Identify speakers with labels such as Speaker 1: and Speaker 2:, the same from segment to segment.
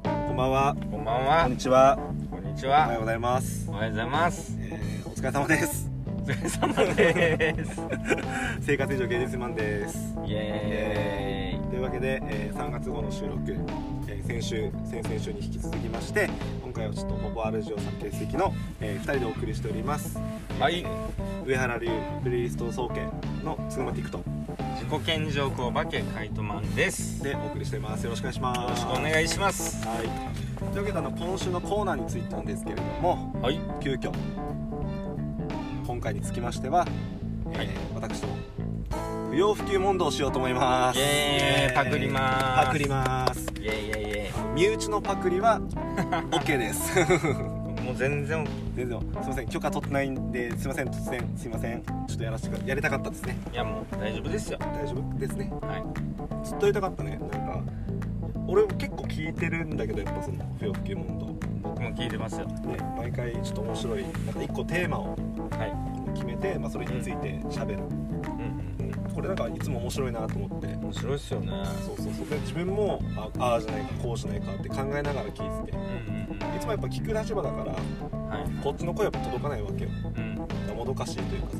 Speaker 1: は
Speaker 2: こんばん
Speaker 1: こ
Speaker 2: は
Speaker 1: んに。ちは
Speaker 2: こんにち
Speaker 1: おはよう
Speaker 2: は。
Speaker 1: ございます
Speaker 2: お、はようございます。
Speaker 1: えーお疲れ様です
Speaker 2: お疲れ様 です。
Speaker 1: 生活以上芸術マンです
Speaker 2: イエーイ。
Speaker 1: というわけで、えー3月号の収録、えー先週先々週に引き続きまして今回はちょっとほぼアルジオ作形跡の、え2人でお送りしております
Speaker 2: はい
Speaker 1: え。ー上原流プレイリスト総研のツーマティクト
Speaker 2: 自己顕示欲お化けカイトマンです。よ
Speaker 1: でお送りしてますよろしくお願いします
Speaker 2: ろしくお願いします。
Speaker 1: はいというわけであの今週のコーナーについてなんですけれども
Speaker 2: はい。
Speaker 1: 急遽今回につきましては、えー
Speaker 2: はい
Speaker 1: 私と不要不急問答をしようと思います
Speaker 2: イエーイパクります
Speaker 1: パクります
Speaker 2: イエーイイエーイイエ
Speaker 1: 身内のパクリは OK です
Speaker 2: ーイ。もう全然
Speaker 1: 全然すいません許可取ってないんですいません突然すいませんちょっとやらせてくだやりたかったですね
Speaker 2: いやもう大丈夫ですよ。
Speaker 1: 大丈夫ですね
Speaker 2: はい。
Speaker 1: ずっと言いたかったねなんか俺も結構聞いてるんだけどやっぱその不要不急問答
Speaker 2: 僕も聞いてますよ。
Speaker 1: ね、毎回ちょっと面白いなんか1個テーマを
Speaker 2: はい。
Speaker 1: 決めて、まあ、それについて喋る、
Speaker 2: うんうん。
Speaker 1: うんこれなんかいつも面白いなと思って
Speaker 2: 面白いっすよね。
Speaker 1: そうそうそうで自分もあああじゃないかこうじゃないかって考えながら聞いてて
Speaker 2: うんうん
Speaker 1: いつもやっぱ聞く立場だから
Speaker 2: うん。はい。
Speaker 1: こっちの声は届かないわけよ
Speaker 2: うん。
Speaker 1: もどかしいというかさ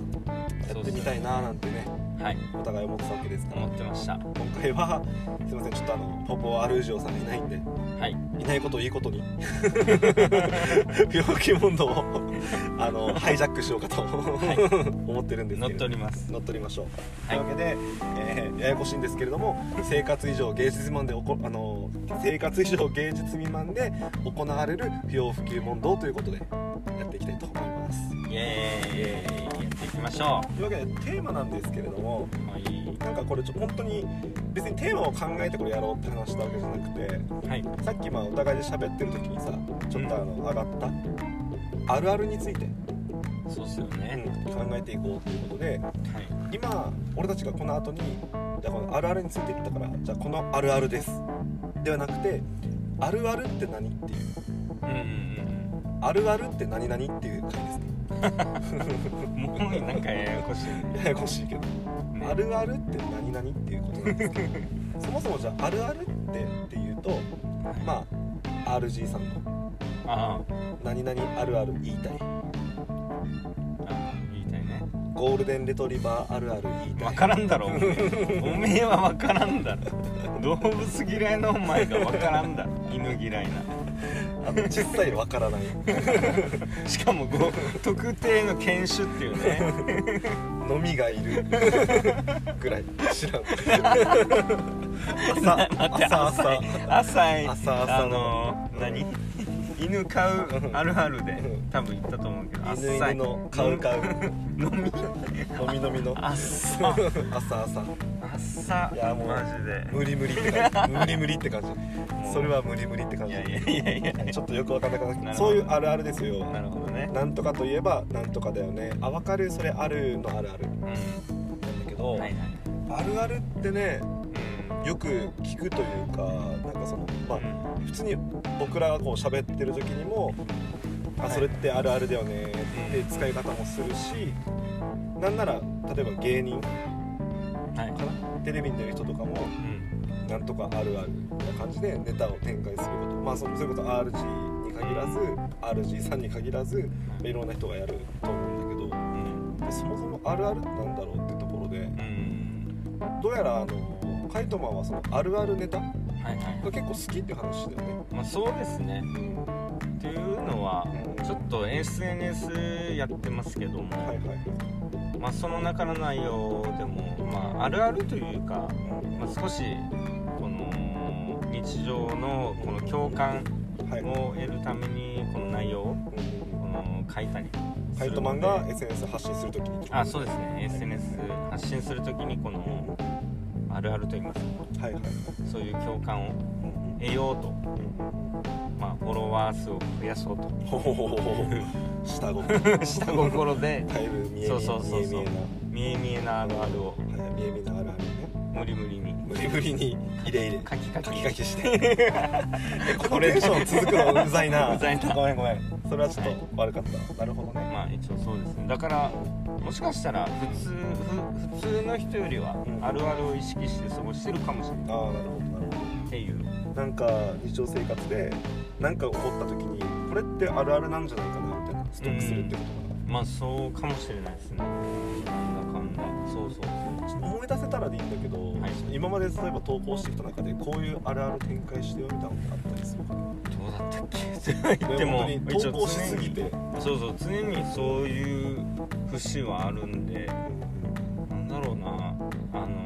Speaker 2: そ
Speaker 1: や
Speaker 2: う
Speaker 1: って
Speaker 2: そう
Speaker 1: みたいななんてね
Speaker 2: はい。
Speaker 1: お互い思ってたわけですから
Speaker 2: 思ってました。
Speaker 1: 今回はすいませんちょっとあのポポアルージオさんがいないん で
Speaker 2: はい。
Speaker 1: いないことをいい ことに病気問答をあのハイジャックしようかと思ってるんです
Speaker 2: 乗
Speaker 1: けれど
Speaker 2: っ取ります。
Speaker 1: 乗っ取りましょう、
Speaker 2: はい
Speaker 1: というわけで、えーややこしいんですけれども生活以上芸術未満でおこあの生活以上芸術未満で行われる不要不急問答ということでやっていきたいと思います
Speaker 2: イエーイ。やっていきましょ
Speaker 1: というわけでテーマなんですけれども
Speaker 2: う。はい。
Speaker 1: なんかこれちょ本当に別にテーマを考えてこれやろうって話したわけじゃなくて
Speaker 2: はい。
Speaker 1: さっきまあお互いで喋ってる時にさちょっとあの上がったあるあるについて、
Speaker 2: そうっすよね。
Speaker 1: 考えていこうということで
Speaker 2: はい。
Speaker 1: 今俺たちがこの後にじゃあこのあるあるについて言ったからじゃあこのあるあるですではなくてあるあるって何っていう
Speaker 2: うんうん
Speaker 1: あるあるって何々っていう回ですね
Speaker 2: うん。もうなんかややこしいね。
Speaker 1: ややこしいけど、
Speaker 2: ね
Speaker 1: あるあるって何々っていうことなんですけどそもそもじゃああるあるってっていうとまあ RG さんの
Speaker 2: あ
Speaker 1: 何々あるある言いたい
Speaker 2: ああ言いたいね
Speaker 1: ゴールデンレトリバーあるある言いたい
Speaker 2: 分からん だろおめえおめえは分からんだろ動物嫌いのお前が分からんだろ犬嫌い
Speaker 1: あの実際わからない
Speaker 2: なしかもご特定の犬種っていうね
Speaker 1: 飲みがいるぐらい知らん 朝
Speaker 2: 待って
Speaker 1: 朝朝
Speaker 2: 浅い
Speaker 1: 朝朝
Speaker 2: あのー何犬飼うあるあるで多分言ったと思うけど
Speaker 1: 犬
Speaker 2: 浅
Speaker 1: 犬
Speaker 2: い
Speaker 1: のカウカウ
Speaker 2: 飲み
Speaker 1: 飲み飲みの
Speaker 2: 浅っ
Speaker 1: 朝朝
Speaker 2: 浅
Speaker 1: いやもう
Speaker 2: マジで
Speaker 1: 無理無理って感じ無理無理って感
Speaker 2: も
Speaker 1: じ
Speaker 2: う
Speaker 1: それは無理無理って感
Speaker 2: い
Speaker 1: じ
Speaker 2: やいやいやいや
Speaker 1: ちょっとよくわかんなかった
Speaker 2: なるほど
Speaker 1: そういうあるあるですよ
Speaker 2: なるほどね
Speaker 1: なんとかといえばなんとかだよねあわかるそれあるのあるある
Speaker 2: うん
Speaker 1: なんだけど、
Speaker 2: はいはい
Speaker 1: あるあるってね
Speaker 2: うん
Speaker 1: よく聞くというかなんかそのまあ
Speaker 2: うん
Speaker 1: 普通に僕らがこう喋ってる時にも「あ
Speaker 2: はい
Speaker 1: それってあるあるだよね」って使い方もするしなんなら例えば芸人か
Speaker 2: はい
Speaker 1: なテレビに出る人とかも
Speaker 2: うん
Speaker 1: なんとかあるあるみたいな感じでネタを展開することまあそそれこそ RG に限らず RG さんに限らずいろんな人がやると思うんだ
Speaker 2: うん
Speaker 1: けどそもそもあるあるってなんだろうってところで
Speaker 2: うん
Speaker 1: どうやらあのカイトマンはそのあるあるネタが
Speaker 2: はいはい
Speaker 1: 結構好きって話だよね。
Speaker 2: まあそうですね
Speaker 1: うんは
Speaker 2: っていうのは
Speaker 1: うん
Speaker 2: ちょっと SNS やってますけども、
Speaker 1: いはいはい
Speaker 2: まあ、その中の内容でも、まあ、あるあるというか、
Speaker 1: うん
Speaker 2: まあ、少しこの日常のこの共感
Speaker 1: はい
Speaker 2: を得るためにこの内容をこの書いたりす
Speaker 1: カイ
Speaker 2: る
Speaker 1: トマンが SNS 発信するときに
Speaker 2: あそうですね SNS 発信するときにこのあるあるといいますか
Speaker 1: はいはい
Speaker 2: そういう共感を得ようとまあ、フォロワー数を増やそ うと
Speaker 1: ほほほほほ下心
Speaker 2: 下心で
Speaker 1: だいぶ見え
Speaker 2: そうそうそう
Speaker 1: 見
Speaker 2: そう
Speaker 1: え
Speaker 2: 見え見えなあるあるを
Speaker 1: 見えな、はい、見え見えなあるあるね
Speaker 2: 無理無理に
Speaker 1: 無理無理に入れ入れ
Speaker 2: カキカキ
Speaker 1: カキカキしてこれテンション続くのうざいな
Speaker 2: うざいな
Speaker 1: ごめんごめんそれはちょっと悪かった、なるほどね
Speaker 2: まあ一応そうですねだからもしかしたら普通ふ普通の人よりは
Speaker 1: うん
Speaker 2: あるあるを意識して過ごしてるかもしれない
Speaker 1: ああなるほどなるほど
Speaker 2: っていう
Speaker 1: なんか日常生活でなんか起こった時にこれってあるあるなんじゃないかなみたいなストックするってこ
Speaker 2: まあそうかもしれないですねなんだかんだそうそう
Speaker 1: とが、ちょっと思い出せたらでいいんだけど、
Speaker 2: はい
Speaker 1: 今まで例えば投稿してきた中でこういうあるある展開してよみたいなのってあったりするかな
Speaker 2: どうだったっ け言って
Speaker 1: でも
Speaker 2: も
Speaker 1: 本当に投稿しすぎて、
Speaker 2: 一応常にそうそう常にそういう節はあるんでなんだろうなあ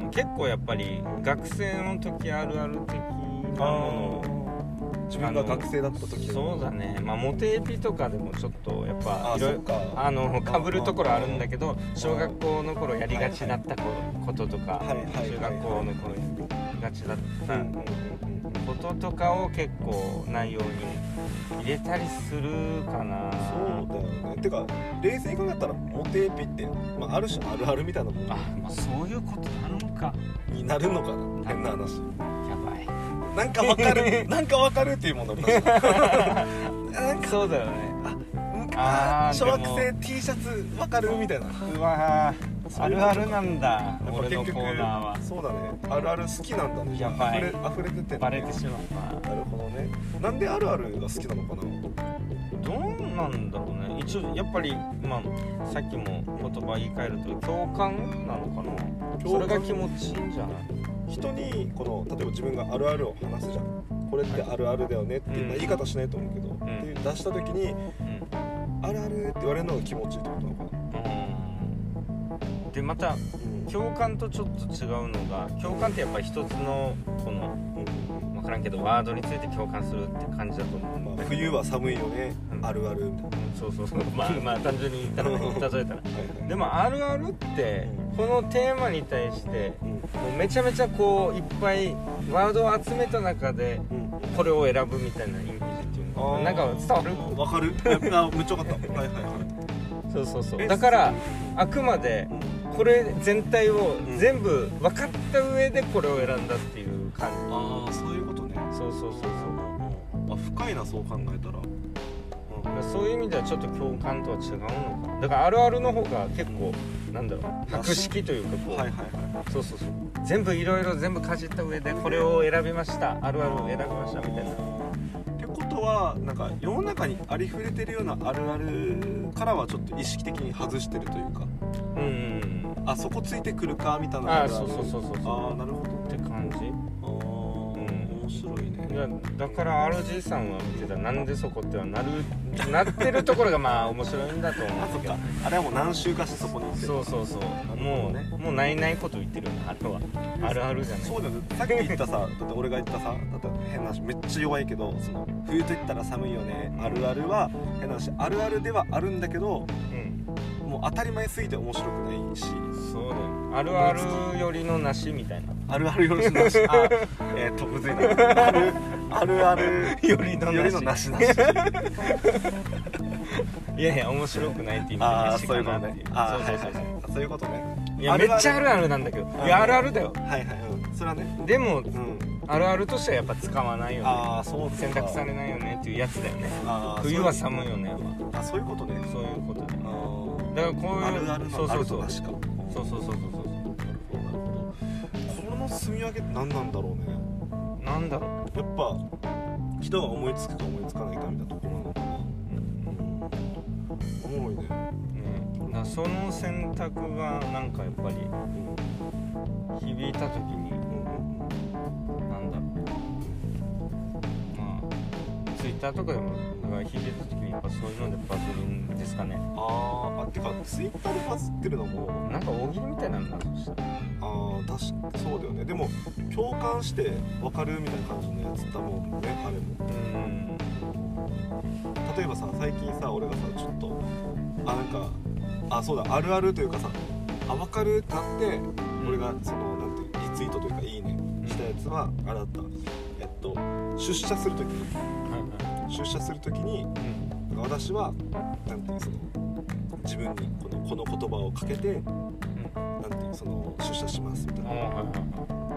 Speaker 2: の結構やっぱり学生の時あるある的なものを
Speaker 1: ー自分が学生だった時
Speaker 2: あのそうだねまあモテエピとかでもちょっとやっぱ
Speaker 1: あ
Speaker 2: いろ
Speaker 1: そ
Speaker 2: いろ
Speaker 1: うか
Speaker 2: あのかぶるところあるんだけど小学校の頃やりがちだったこととか
Speaker 1: はいはいはい
Speaker 2: 中学校の頃やりがちだっ
Speaker 1: う
Speaker 2: た
Speaker 1: んうんうんうん
Speaker 2: こととかを結構内容に入れたりするかな
Speaker 1: そうだよねてか冷静に考えたらモテエピって、まあ、ある種あるあるみたいなも
Speaker 2: あ
Speaker 1: の
Speaker 2: まあそういうことなのか
Speaker 1: になるのかな変な話
Speaker 2: やばい
Speaker 1: なんかわか るなんかわかるっていうもの確かなんか
Speaker 2: そうだよね
Speaker 1: あ
Speaker 2: あー
Speaker 1: ー小学
Speaker 2: で
Speaker 1: 生 T シャツわかるみたいな
Speaker 2: うわー
Speaker 1: そう
Speaker 2: あ
Speaker 1: いうこと
Speaker 2: るあるなんだ
Speaker 1: やっぱ
Speaker 2: 俺のコーナーは
Speaker 1: そうだねあるある好きなんだね
Speaker 2: やばい
Speaker 1: 溢れ溢れてて、ね、
Speaker 2: バレてしまうな
Speaker 1: なるほどねなんであるあるが好きなのかな
Speaker 2: どうなんだろうね一応やっぱり、まあ、さっきも言葉言い換えると共感なのかな
Speaker 1: 共
Speaker 2: そ
Speaker 1: 感
Speaker 2: れが気持ちいいんじゃない
Speaker 1: 人にこの例えば自分があるあるを話すじゃんこれってあるあるだよねっていう、
Speaker 2: うん
Speaker 1: まあ言い方しないと思うけど、
Speaker 2: ん
Speaker 1: っていう出した時に
Speaker 2: うん
Speaker 1: あるあるって言われるのが気持ちいいってことなのかな、
Speaker 2: うんでまた
Speaker 1: うん
Speaker 2: 共感とちょっと違うのが共感ってやっぱり一つのこの分からんけどワードについて共感するって感じだと思うん
Speaker 1: ま
Speaker 2: だ
Speaker 1: あ、
Speaker 2: けど
Speaker 1: 冬は寒いよね、
Speaker 2: うん
Speaker 1: あるあるみたいな、
Speaker 2: そうそうそうまあまあ単純に言ったらね例えたら
Speaker 1: はいはい
Speaker 2: でもあるあるってこのテーマに対して
Speaker 1: うん
Speaker 2: もうめちゃめちゃこういっぱいワードを集めた中で
Speaker 1: うん
Speaker 2: これを選ぶみたいなイメージっていう
Speaker 1: あ
Speaker 2: の
Speaker 1: ー
Speaker 2: なんか伝わる
Speaker 1: わか るあめっちゃわかったはいはいはい、
Speaker 2: そうそうそう
Speaker 1: え
Speaker 2: だからあくまでこれ全体を全部分かった上でこれを選んだっていう感
Speaker 1: ああそういうことね
Speaker 2: じそうそうそうそう
Speaker 1: あ深いなそう考えたら、
Speaker 2: だからそういう意味ではちょっと共感とは違うのかなだからあるあるの方が結構なんだろう博識というかこう、
Speaker 1: はいはいは
Speaker 2: そうそうそう全部いろいろ全部かじった上でこれを選びましたあるあるを選びましたみたいな
Speaker 1: なってことはなんか世の中にありふれてるようなあるあるからはちょっと意識的に外してるというか
Speaker 2: うんうん
Speaker 1: あそこついてくるかみたい
Speaker 2: うん
Speaker 1: な
Speaker 2: あ
Speaker 1: あ
Speaker 2: あ
Speaker 1: るあ
Speaker 2: そ
Speaker 1: る
Speaker 2: うそうそうそう
Speaker 1: あ
Speaker 2: そ
Speaker 1: ーなるほど
Speaker 2: うって感じ
Speaker 1: あー、
Speaker 2: うん
Speaker 1: 面白いね
Speaker 2: いやだから RG さんは見てたなんでそこってはなるなってるところがまあ面白いんだと思うん
Speaker 1: あ
Speaker 2: で
Speaker 1: そ
Speaker 2: す
Speaker 1: っ
Speaker 2: けど
Speaker 1: かあれはもう何週かしてそこに行って
Speaker 2: そうそうそうも
Speaker 1: なるほど
Speaker 2: うもうないないこと言ってるよねあれはあるあるじゃない
Speaker 1: そうだよねさっき言 ったさだって俺が言ったさだって変な話めっちゃ弱いけどその冬といったら寒いよねあるあるは変な話あるあるではあるんだけど
Speaker 2: うん
Speaker 1: もう当たり前すぎて面白くないし
Speaker 2: そうだよあるあるよりのなしみたいな
Speaker 1: あるあるより のなしあえー、とむずいなあるあるある
Speaker 2: よりのなし
Speaker 1: よりのなし なし
Speaker 2: いやいや面白くないって意味で
Speaker 1: ああ
Speaker 2: なし
Speaker 1: そうい
Speaker 2: か
Speaker 1: うこと
Speaker 2: なって
Speaker 1: ね
Speaker 2: いう
Speaker 1: あー
Speaker 2: そ
Speaker 1: は
Speaker 2: う
Speaker 1: い
Speaker 2: そ
Speaker 1: は
Speaker 2: う
Speaker 1: い
Speaker 2: そう
Speaker 1: はいそういうことね
Speaker 2: いや
Speaker 1: あ
Speaker 2: めっ
Speaker 1: るある
Speaker 2: ちゃあるあるなんだけどいやあるあるだよ
Speaker 1: はいはいうんそれはね
Speaker 2: でも
Speaker 1: うん
Speaker 2: あるあるとしてはやっぱ使わないよね
Speaker 1: ああそう
Speaker 2: 選択さ
Speaker 1: れ
Speaker 2: れないよねっていうやつだよね
Speaker 1: あー
Speaker 2: 冬は
Speaker 1: そう
Speaker 2: 寒いよねは
Speaker 1: あそういうことね
Speaker 2: そういうことで
Speaker 1: あー
Speaker 2: だからこういう
Speaker 1: あるある
Speaker 2: そう
Speaker 1: のあ
Speaker 2: そう
Speaker 1: る
Speaker 2: そ
Speaker 1: と
Speaker 2: う
Speaker 1: なしか
Speaker 2: そうそうそう
Speaker 1: な
Speaker 2: そうそ
Speaker 1: るほどなるほどこの住み分けって何なんだろうね
Speaker 2: うなんだろ
Speaker 1: やっぱ人が思いつくか思いつかないかみたいなところなのかな
Speaker 2: う、ね
Speaker 1: おもろいね
Speaker 2: だからその選択がなんかやっぱり響いた時になんだろうまあツイッターとかでもだから響いた時にやっぱそういうのでバズるんですかね
Speaker 1: あーあてかツイッターでバズってるのも
Speaker 2: なんか大喜利みたいなんだとしたら
Speaker 1: ああ確かそうだよねでも共感して分かるみたいな感じのやつだもんねあれも
Speaker 2: うん
Speaker 1: 例えばさ最近さ俺がさちょっとあなんかあそうだあるあるというかさあ分かるってなって俺がそのなんていうリツイートというかいいねしたやつはあれだったえっと出社する時出社する時になんか私はなんていうその自分にこのこの言葉をかけてなんていうその出社しますみたいな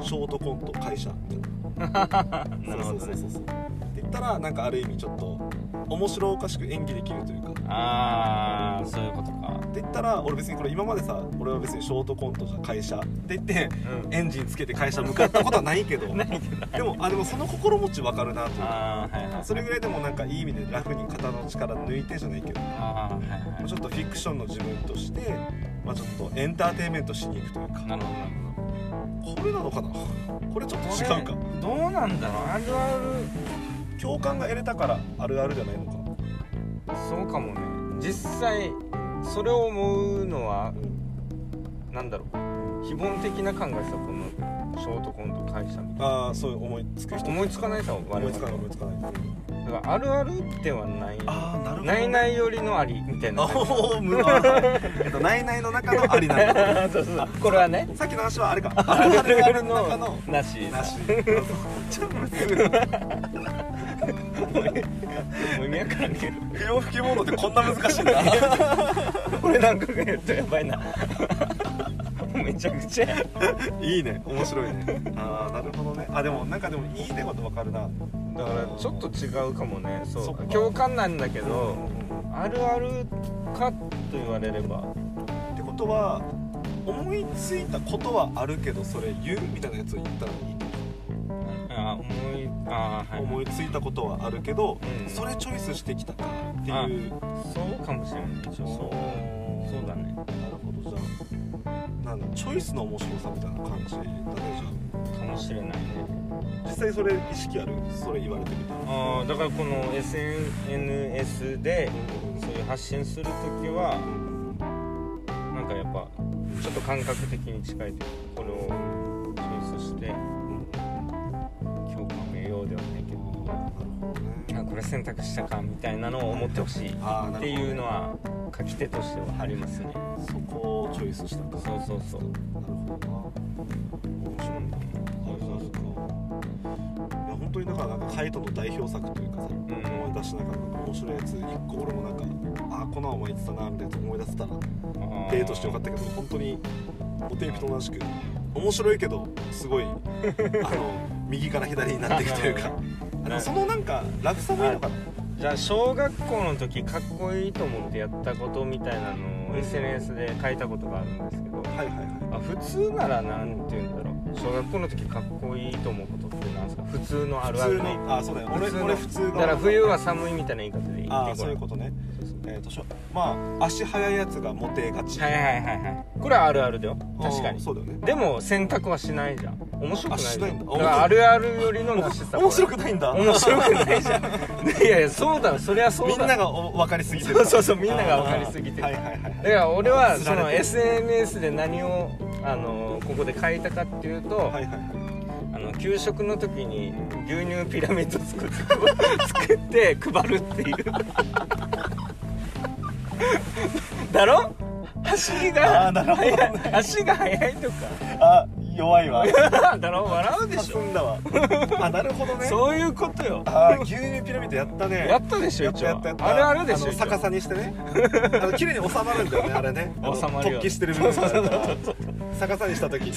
Speaker 1: ショートコント会社みたいな
Speaker 2: なるほ
Speaker 1: そ
Speaker 2: ど
Speaker 1: うそ
Speaker 2: ね
Speaker 1: うそうそうって言ったらなんかある意味ちょっと面白おかしく演技できるというか
Speaker 2: ああそういうことか
Speaker 1: って言ったら俺別にこれ今までさ俺は別にショートコントが会社って言ってエンジンつけて会社向かったことはないけど
Speaker 2: ないけど
Speaker 1: でもあでもその心持ち分かるなという
Speaker 2: ああはいはい
Speaker 1: それぐらいでもなんかいい意味でラフに肩の力抜いてじゃないけども
Speaker 2: ああはいは
Speaker 1: う
Speaker 2: い
Speaker 1: ちょっとフィクションの自分として、まあ、ちょっとエンターテインメントしに行くというか
Speaker 2: なるほどなるほど
Speaker 1: これなのかなこれちょっと違うか
Speaker 2: これどうなんだろうあるあ
Speaker 1: 共感が得れたからあるあるじゃないのかな
Speaker 2: るそうかもね実際それを思うのはなんだろう非凡的な考えさこのショートコント会社みたい
Speaker 1: ああそういう思いつく
Speaker 2: な
Speaker 1: 人
Speaker 2: 思いつかないさ
Speaker 1: 思いつかない思いつかない
Speaker 2: だからあるあるではない
Speaker 1: ああなるほどね
Speaker 2: ない ないよりのありみたいな
Speaker 1: あおお無駄えっとないないの中のありなんだ
Speaker 2: そうそうこれはね
Speaker 1: さっきの話はあれか
Speaker 2: あ
Speaker 1: あ
Speaker 2: る
Speaker 1: る
Speaker 2: あ
Speaker 1: あ
Speaker 2: る
Speaker 1: るの中
Speaker 2: の
Speaker 1: の
Speaker 2: なし
Speaker 1: な しちょっと待って
Speaker 2: もう意味わからんけど
Speaker 1: 不要不急モードってこんな難しいんだ
Speaker 2: 俺なんかが言うとやば いなめちゃくちゃや
Speaker 1: いいね面白いねああなるほどねあでもなんかでもいいねことわかるな
Speaker 2: だからちょっと違うかもねそ
Speaker 1: そっ
Speaker 2: う
Speaker 1: か
Speaker 2: 共感なんだけ
Speaker 1: うんうん
Speaker 2: ど
Speaker 1: うん
Speaker 2: あるあるかと言われれば
Speaker 1: ってことは思いついたことはあるけどそれ言うみたいなやつを言ったらいい
Speaker 2: あ思いあはい
Speaker 1: 思いついたことはあるけど、
Speaker 2: うん
Speaker 1: それチョイスしてきたからっていう
Speaker 2: そうかもしれない一応そうそうだね
Speaker 1: なるほどじゃあなんだチョイスの面白さみたいな感じだねじ
Speaker 2: かもしれないね
Speaker 1: ゃあ実際それ意識あるそれ言われてみたら
Speaker 2: あーだからこの SNS でそういう発信する時はなんかやっぱちょっと感覚的に近いというかこれをチョイスして共感を得ようではないけどあこれ選択したかみたいなのを思ってほしいっ
Speaker 1: あーなるほどね
Speaker 2: ていうのは書き手としてはありますね
Speaker 1: そこをチョイスしたんだ
Speaker 2: そうそうそう
Speaker 1: なるほどな面白いなそうそうそういや本当にだからなんかカイトの代表作というかさ、思い出しながらなんか面白いやつ一個俺もなんかああこの前言ってたなみたいなやつ思い出せたらデートしてよかったけど本当におテープと同じく面白いけどす ごいあの右から左になっていくというかあのそのなんか楽さもいいのかな
Speaker 2: じゃあ小学校の時かっこいいと思ってやったことみたいなのを SNS で書いたことがあるんですけど
Speaker 1: はいはいはい
Speaker 2: あ普通ならなんて言うんだろう小学校の時かっこいいと思うことってなんですか普通のあるあ
Speaker 1: 普
Speaker 2: る
Speaker 1: 通
Speaker 2: の
Speaker 1: のあそうだよ俺
Speaker 2: の
Speaker 1: 俺普通
Speaker 2: だ
Speaker 1: の
Speaker 2: から冬は寒いみたいな言い方で言って
Speaker 1: ああそういう
Speaker 2: こ
Speaker 1: ことね
Speaker 2: とそう
Speaker 1: えー、としょまあ足早いやつがモテがち
Speaker 2: そうはいはいはいはいこれはあるあるだよ確か
Speaker 1: うん
Speaker 2: に
Speaker 1: そうだよね
Speaker 2: でも選択はしないじゃん面白くないじゃ
Speaker 1: あしないんだ
Speaker 2: だからあるあるよりのなしさ
Speaker 1: 面白
Speaker 2: く
Speaker 1: くないんだ
Speaker 2: 面白くないじゃんいやいやそうだろそりゃそうだ
Speaker 1: みんながお分かりすぎてる
Speaker 2: そうそうそうみんなが分かりすぎてる
Speaker 1: はいはいはい
Speaker 2: だから俺は
Speaker 1: 釣
Speaker 2: そ
Speaker 1: られ
Speaker 2: の
Speaker 1: てる
Speaker 2: SNS で何をあのここで書いたかっていうと、
Speaker 1: はいはいはい
Speaker 2: あの給食の時に牛乳ピラミッド作って 作って配るっていうだろ足が
Speaker 1: あーなるほどね
Speaker 2: 足が速いと
Speaker 1: あ弱い わ
Speaker 2: かだろ笑うでし
Speaker 1: 進
Speaker 2: ょ
Speaker 1: んだわあなるほ どね
Speaker 2: そういうことよ
Speaker 1: あー牛乳ピラミッドやったね
Speaker 2: やったでしょ
Speaker 1: やっ
Speaker 2: 一
Speaker 1: たやったやっ
Speaker 2: 応
Speaker 1: た
Speaker 2: あれあれで
Speaker 1: あ
Speaker 2: しょ
Speaker 1: の
Speaker 2: 一応
Speaker 1: 逆さにして ねあの綺麗に収まるんだよねあれねあの
Speaker 2: 収まるよ
Speaker 1: 突起してる部分があるから逆さにした時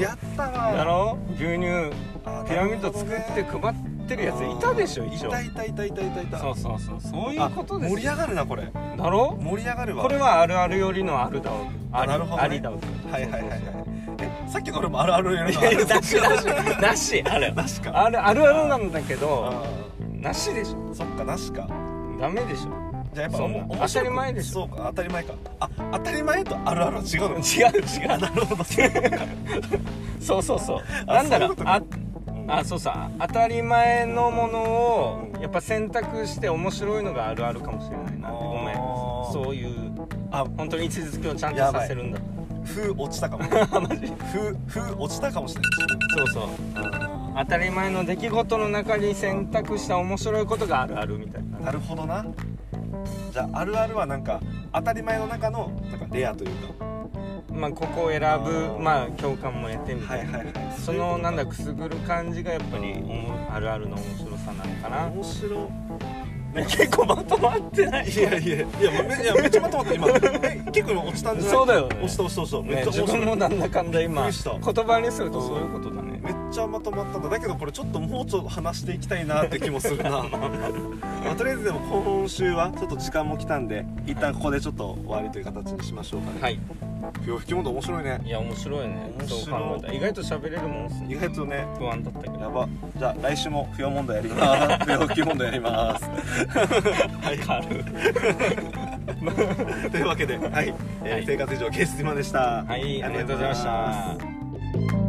Speaker 1: やったわ
Speaker 2: だろ牛乳
Speaker 1: あー
Speaker 2: ピラミッド作って配ってるやついたでしょ一
Speaker 1: い
Speaker 2: 応
Speaker 1: たいたいたいたいたいた
Speaker 2: そうそうそうそういうことです
Speaker 1: あ盛り上がるなこれ
Speaker 2: だろ
Speaker 1: 盛り上がるわ
Speaker 2: これはあるあるよりのあるだろあ
Speaker 1: あ
Speaker 2: り
Speaker 1: なるほどね
Speaker 2: ありだろ
Speaker 1: はいはいはいはいえさっきの俺もあるあるやる
Speaker 2: い
Speaker 1: の
Speaker 2: やいやなしなし なしある
Speaker 1: なしか
Speaker 2: あるあるあるなんだけど
Speaker 1: あ
Speaker 2: なしでしょ
Speaker 1: ーそっかなしか
Speaker 2: ダメでしょ
Speaker 1: じゃあやっぱ
Speaker 2: そんな
Speaker 1: 面白く
Speaker 2: 当たり前でしょ
Speaker 1: そうか当たり前かあ当たり前とあるあるは違うの
Speaker 2: 違う 違うなるほどそうそうそう
Speaker 1: あ
Speaker 2: なんだろ
Speaker 1: そうういうこと
Speaker 2: あ
Speaker 1: か
Speaker 2: あそうさ当たり前のもの
Speaker 1: う
Speaker 2: を
Speaker 1: ん
Speaker 2: やっぱ選択して面白いのがあるあるかもしれないなってごめ
Speaker 1: あ
Speaker 2: ん
Speaker 1: ー
Speaker 2: そういう
Speaker 1: あ
Speaker 2: 本当に位置づけをちゃんと
Speaker 1: や
Speaker 2: さ
Speaker 1: ばい
Speaker 2: せるんだ
Speaker 1: 風落ちたかも
Speaker 2: マジ
Speaker 1: 風風落ちたかもしれ
Speaker 2: そうそう
Speaker 1: な
Speaker 2: 当たり前の出来事の中に選択した面白いことがあるあるみたいない
Speaker 1: なるほどなじゃああるあるはなんか当たり前の中のなんかレアというか
Speaker 2: まあここを選ぶまあ共感も得てみたいな、
Speaker 1: はいはい
Speaker 2: そのなんだくすぐる感じがやっぱりおもあるあるの面白さなのかな
Speaker 1: 面白
Speaker 2: 結構まとまってない
Speaker 1: いやいやいやめいやめっちゃまとまった今え結構今落ちたんじゃない
Speaker 2: そうだよね
Speaker 1: 落ちた落ちた落ちた、
Speaker 2: ね
Speaker 1: めっちゃ面
Speaker 2: 自
Speaker 1: 白い
Speaker 2: 分もなんだかんだ今
Speaker 1: びっくりした
Speaker 2: 言葉にするとそういうことだね
Speaker 1: めっちゃまとまったんだだけどこれちょっともうちょっと話していきたいなって気もする な、まあとりあえずでも今週はちょっと時間も来たんで一旦ここでちょっと終わりという形にしましょうかね、
Speaker 2: はい
Speaker 1: いや吹き物面白いね
Speaker 2: いや面白いね
Speaker 1: 面白い
Speaker 2: そう考えたら意外と喋れるもんです
Speaker 1: 意
Speaker 2: ね
Speaker 1: 外とね
Speaker 2: 不安だったけど
Speaker 1: やばじゃあ来週も不要問題やります 不要不問題やります
Speaker 2: はい
Speaker 1: というわけで、はい、えー
Speaker 2: はい
Speaker 1: 生活以上ケースマでした。
Speaker 2: はいありがとうございました